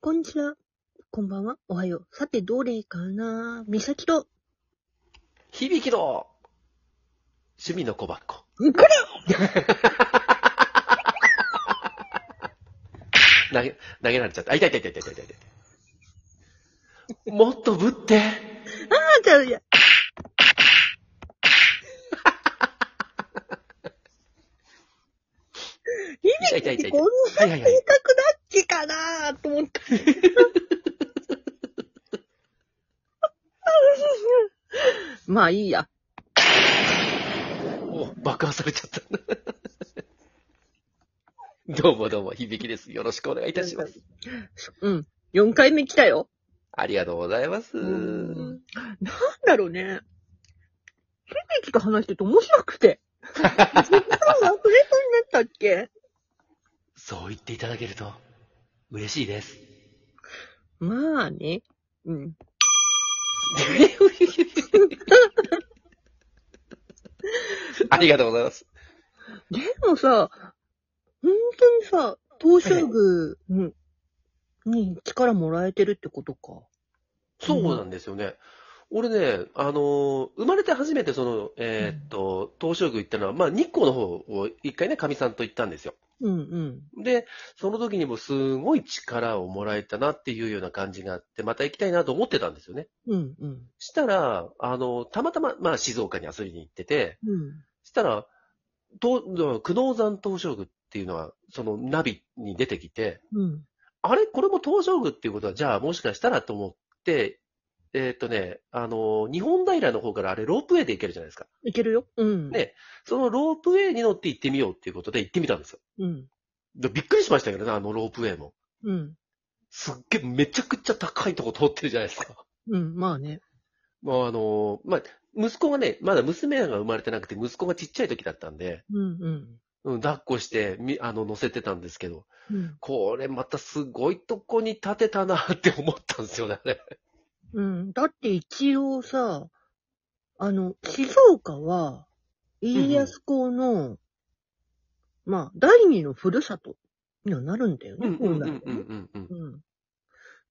こんにちは。こんばんは。おはよう。さて、どれかなみさきと。響きの趣味の小箱。うっくり投げ、投げられちゃった。あ、痛い痛い痛い痛い痛い痛い。もっとぶって。あーちゃうやん。痛い痛い痛いこん痛い。なはいはい性格はだいっけかなーと思 った。まあいいや。お爆破されちゃった。 どうもどうも、響きです。よろしくお願いいたします。うん。4回目来たよ。ありがとうございます。なんだろうね。響きと話してて面白くて。そんなの忘れそうになったっけそう言っていただけると嬉しいです。まあね。うん。 ありがとうございます。でもさ、本当にさ、東照宮にに力もらえてるってことか。そうなんですよね。俺ね、あのー生まれて初めてその、えーっと、東照宮行ったのは、まあ日光の方を一回ね、神さんと行ったんですよ。うんうん。で、その時にもすごい力をもらえたなっていうような感じがあって、また行きたいなと思ってたんですよね。うんうん。したら、あの、たまたま、まあ静岡に遊びに行ってて、うん。したら、と、久能山東照宮っていうのは、そのナビに出てきて、うん。あれこれも東照宮っていうことは、じゃあもしかしたらと思って、えーっとね、あのー日本平の方からあれロープウェイで行けるじゃないですか。いけるよ。うん。ねそのロープウェイに乗って行ってみようっていうことで行ってみたんですよ。うん。でびっくりしましたけどね、あのロープウェイも。うん。すっげえ、めちゃくちゃ高いとこ通ってるじゃないですか。 うん。まあね。もうあのーまあ、息子がね、まだ娘が生まれてなくて、息子がちっちゃい時だったんで、うんうん。うん、抱っこして、み、あの、乗せてたんですけど、うん。これまたすごいとこに建てたなって思ったんですよね、あれ。うん。だって一応さ、あの、静岡は、家康公の、まあ、第二のふるさとにはなるんだよね、本来はねんうん。うん。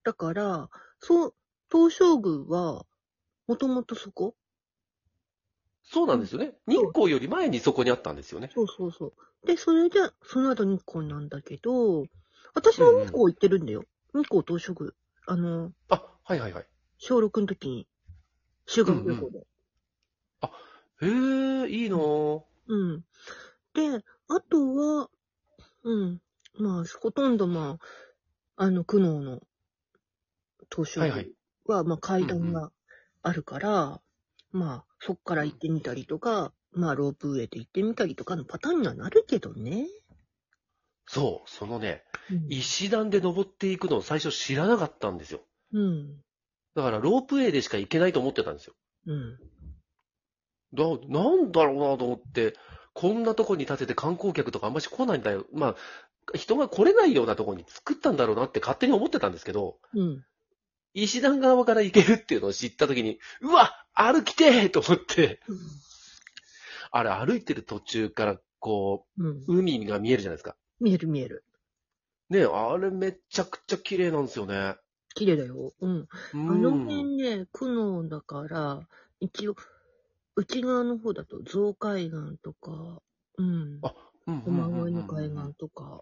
だから、そう、東照宮は、もともとそこそうなんですよね。ん日光より前にそこにあったんですよね。そうそうそう。で、それで、その後日光なんだけど、私も日光行ってるんだよ。日光東照宮。あの、あ、はいはいはい。小6の時に、修学旅行で。へえ、いいなぁ。うん、で、あとは、うん。まあ、ほとんどまあ、あの、苦悩の東照宮はいは、まあ、階段があるから、まあ、そっから行ってみたりとか、まあ、ロープウェイで行ってみたりとかのパターンにはなるけどね。そう、そのね、うん石段で登っていくのを最初知らなかったんですよ。うん。だからロープウェイでしか行けないと思ってたんですよ。うん。だ、なんだろうなと思って、こんなとこに建てて観光客とかあんまし来ないんだよ。まあ、人が来れないようなとこに作ったんだろうなって勝手に思ってたんですけど、うん。石段側から行けるっていうのを知った時に、うわ歩きてーと思って、あれ歩いてる途中からこう、うん。海が見えるじゃないですか。見える見える。ねあれめちゃくちゃ綺麗なんですよね。綺麗だよ。うん。うあのん。辺ね、苦悩だから、一応、内側の方だと、増海岸とか、うんあ、うんうん山越えうんうのん海岸とか、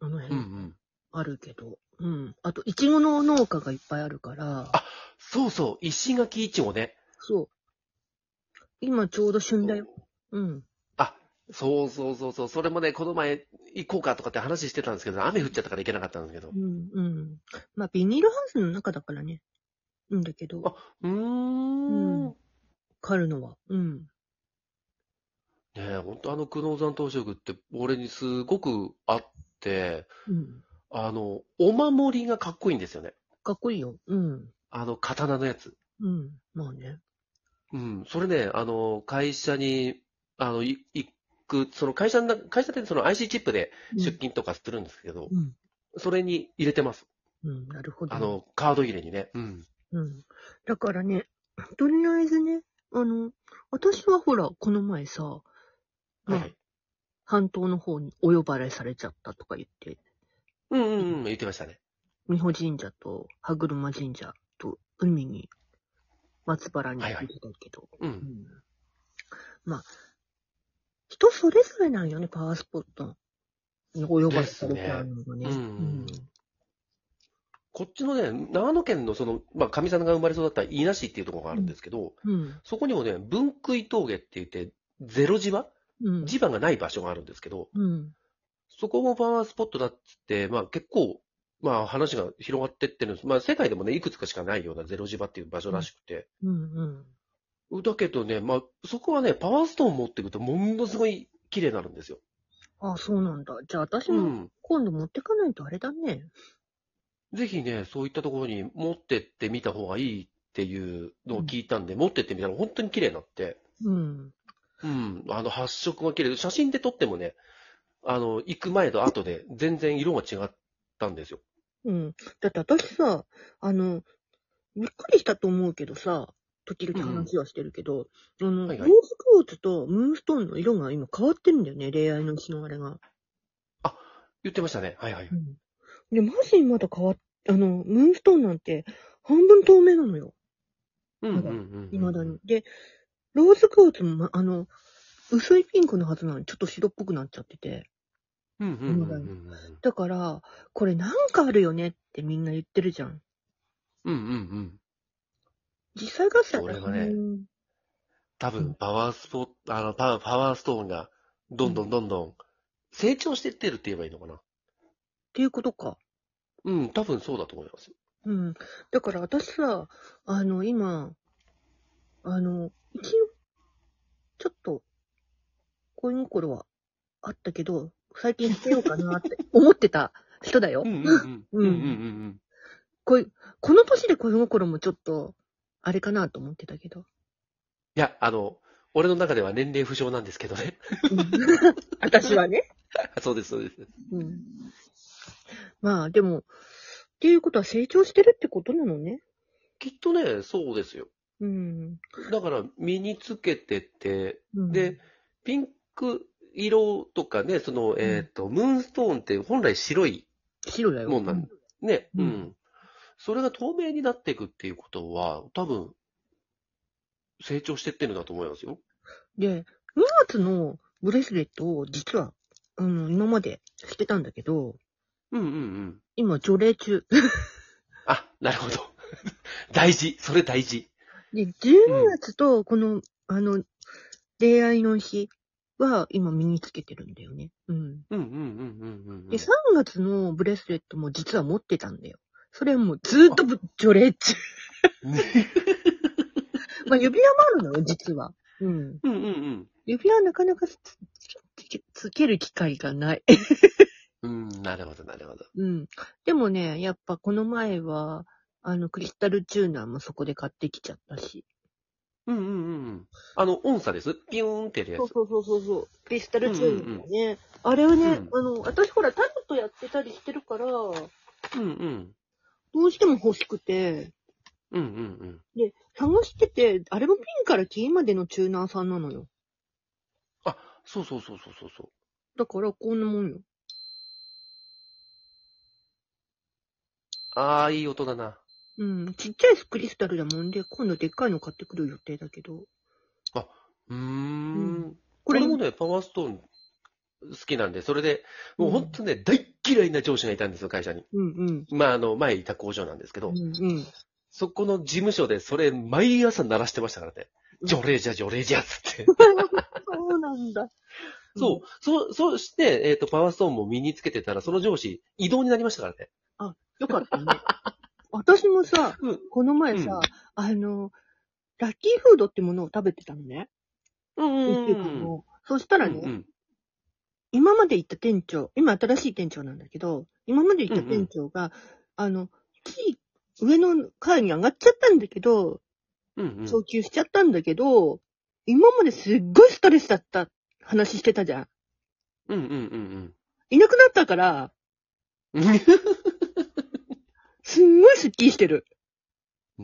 あのうんう辺ん。あるけど、うん。あと、いちごの農家がいっぱいあるから、あそうそう、石垣いちごね。そう。今ちょうど旬だよ。うん。あ、そうそうそうそう。それもね、この前行こうかとかって話してたんですけど、雨降っちゃったから行けなかったんですけどう。ん、うん。まあ、ビニールハウスの中だからね。いいんだけど、あうーん。うんね狩るのは。うん。え、ほんとあの久能山東照宮って俺にすごくあって、うん。あの、お守りがかっこいいんですよね。かっこいいよ。うん。あの、刀のやつ。うん。まあね。うん、それね、あの、会社に、あの、い行く、その会社の中、会社でその IC チップでうん出勤とかするんですけど、うん。それに入れてます。うん。なるほど。あの、カード入れにね。うん。うん。だからね、とりあえずね、あの、私はほら、この前さ、はいまはあい。半島の方にお呼ばれされちゃったとか言って、うんうんうん、言ってましたね。美保神社と羽車神社と海に、松原に行はきいはたいいけど、う。うんんまあ、人それぞれなんよね、パワースポットにお呼ばれたりあるのがね。ですねううんんこっちのね、長野県のその、まあ、神さんが生まれ育った飯名市っていうところがあるんですけど、うん。そこにもね、文杭峠って言って、ゼロ地場うん。地盤がない場所があるんですけど、うん。そこもパワースポットだっつって、まあ結構、まあ話が広がってってるんです。まあ世界でもね、いくつかしかないようなゼロ地場っていう場所らしくて。うん。うん。だけどね、まあそこはね、パワーストーン持ってくるとものすごい綺麗になるんですよ。あ、そうなんだ。じゃあ私うもん。今度持ってかないとあれだね。ぜひね、そういったところに持ってってみた方がいいっていうのを聞いたんで、持ってってみたら本当に綺麗になって。うん。うん。あの発色が綺麗。写真で撮ってもね、あの、行く前と後で全然色が違ったんですよ。うん。だって私さ、あの、びっくりしたと思うけどさ、時々話はしてるけど、あの、はいロはーいズクォーツとムーンストーンの色が今変わってるんだよね、恋愛のしのあれが。言ってましたね。はいはい。うん。で、マジにまだ変わっ、あの、ムーンストーンなんて半分透明なのよ、うんうんうんうん。未だに。で、ローズクォーツも、ま、あの、薄いピンクのはずなのにちょっと白っぽくなっちゃってて。うんうんうんうんうん。だから、これなんかあるよねってみんな言ってるじゃん。うんうんうん。実際合戦それがね多分、パワースポット、あの、パワーパワーストーンが、どんどんどんどん、成長してってるって言えばいいのかな。っていうことか。うん、多分そうだと思います。うん。だから私さ、あの、今、あの、一応、ちょっと、恋心はあったけど、最近捨てようかな って思ってた人だよう。んうんうん。ううんんうんうん恋、この年で恋心もちょっと、あれかなと思ってたけど。いや、あの、俺の中では年齢不詳なんですけど ね。うん私はね。そうです、そうです。うん。まあ、でも、っていうことは成長してるってことなのね。きっとね、そうですよ。うん。だから、身につけてて、うんで、ピンク色とかね、その、えっと、ムーンストーンって本来白い白だよ。もんなんね、ううんん。それが透明になっていくっていうことは、多分、成長してってるんだと思いますよ。で、2月のブレスレットを実は、あの、今までしてたんだけど、うんうんうん。今、除霊中。あ、なるほど。 大事。それ大事。で、12月と、この、あの、恋愛の日は、今身につけてるんだよね。うん。うんうんうんうんうん。で、3月のブレスレットも実は持ってたんだよ。それもずーっとぶ除霊 中。まあ、指輪もあるのよ、実は。うん。うんうん指輪はなかなかつつつける機会がない。うん。うん、なるほど、なるほど。うん。でもね、やっぱこの前は、あの、クリスタルチューナーもそこで買ってきちゃったし。うんうんうんうん。あの、音差です。ピューンってやるやつ。そうそうそうそう。クリスタルチューナーもね。あれはね、うんあの、私ほらタロットやってたりしてるから、どうんうん。うしても欲しくて、うんうんで、探してて、あれもピンからキーまでのチューナーさんなのよ。うん。そうそうそうそうそうそう。だから、こんなもんよ。ああ、いい音だな。うん。ちっちゃいクリスタルだもんで、今度でっかいの買ってくる予定だけど。うーうんん。ここれれももね、パワーストーン好きなんで、それで、もう本当ね、大っ嫌いな上司がいたんですよ、会社に。うんうん。まあ、あの、前いた工場なんですけうど、んうん。 そこの事務所でそれ毎朝鳴らしてましたからね。うん除霊じゃ、除霊じゃ、つって。そうなんだ。そう、そう、そうして、えっ、と、パワーストーンも身につけてたら、その上司、移動になりましたからね。よかったね。私もさ、うんこの前さ、あの、ラッキーフードってものを食べてたのね。うん一週間のそしたらね、うん今まで行った店長、今新しい店長なんだけど、今まで行った店長が、あの、地位上の階に上がっちゃったんだけど、うん。うんうん。昇給しちゃったんだけど、今まですっごいストレスだった話してたじゃん。うんうんうんいなくなったから、うん。 ねすんごいスッキリしてる。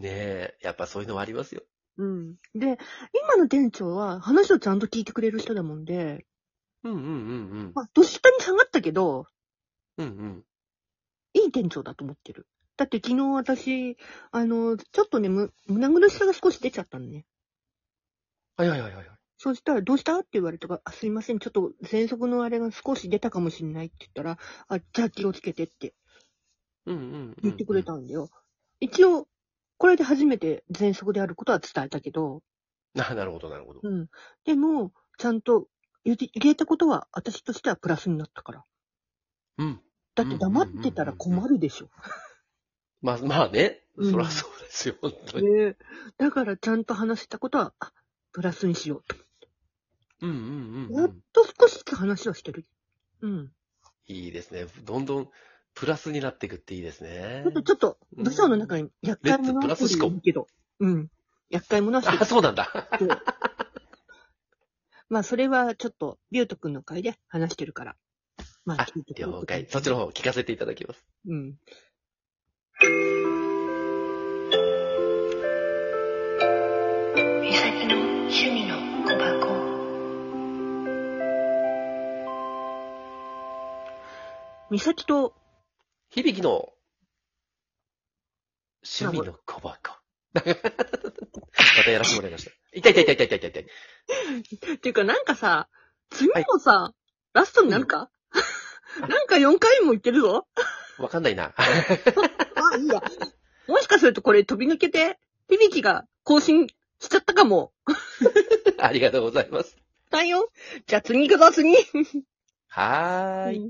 え、やっぱそういうのはありますよ。うん。で、今の店長は話をちゃんと聞いてくれる人だもんで、うんうんうんうん。まあ、年下に下がったけど、うんうん。いいい店長だと思ってる。だって昨日私、あの、ちょっとね、む胸ぐるしさが少し出ちゃったのね。はいはいはいはい。そしたら、どうしたって言われたから、あすいません、ちょっと喘息のあれが少し出たかもしれないって言ったら、あ、じゃあ気をつけてってうんうんうん。言ってくれたんだよ。一応、これで初めて喘息であることは伝えたけど、な。なるほどなるほど。うん。でも、ちゃんと言って言えたことは私としてはプラスになったから。うん。だって黙ってたら困るでしょ。まあ、まあね。うんそりゃそうですよ、本当に。ねえだからちゃんと話したことは、あ、プラスにしようと。うんうんうんうやっん。と少しずつ話はしてる。うん。いいですね。どんどんプラスになっていくっていいですねちょっ。と、ちょっと、部署の中に厄介者はレッツプラス思考いるけど。うん。厄介者はあ、そうなん だ。してる。まあ、それはちょっと、ビュート君の会で話してるから。まああ、聞いてくれて了解。そっちの方聞かせていただきます。うん。美咲の趣味の小箱。美咲と、響の趣味の小箱。またやらせてもらいました。痛い痛い痛い痛い痛い痛い。っていうかなんかさ、次もさ、ラストになるか、 なんか4回も言ってるぞ。わかんないな。 あ、いいや。もしかするとこれ飛び抜けて、響きが更新しちゃったかも。ありがとうございます。だよ。じゃあ次行くぞ、次。はーい。うん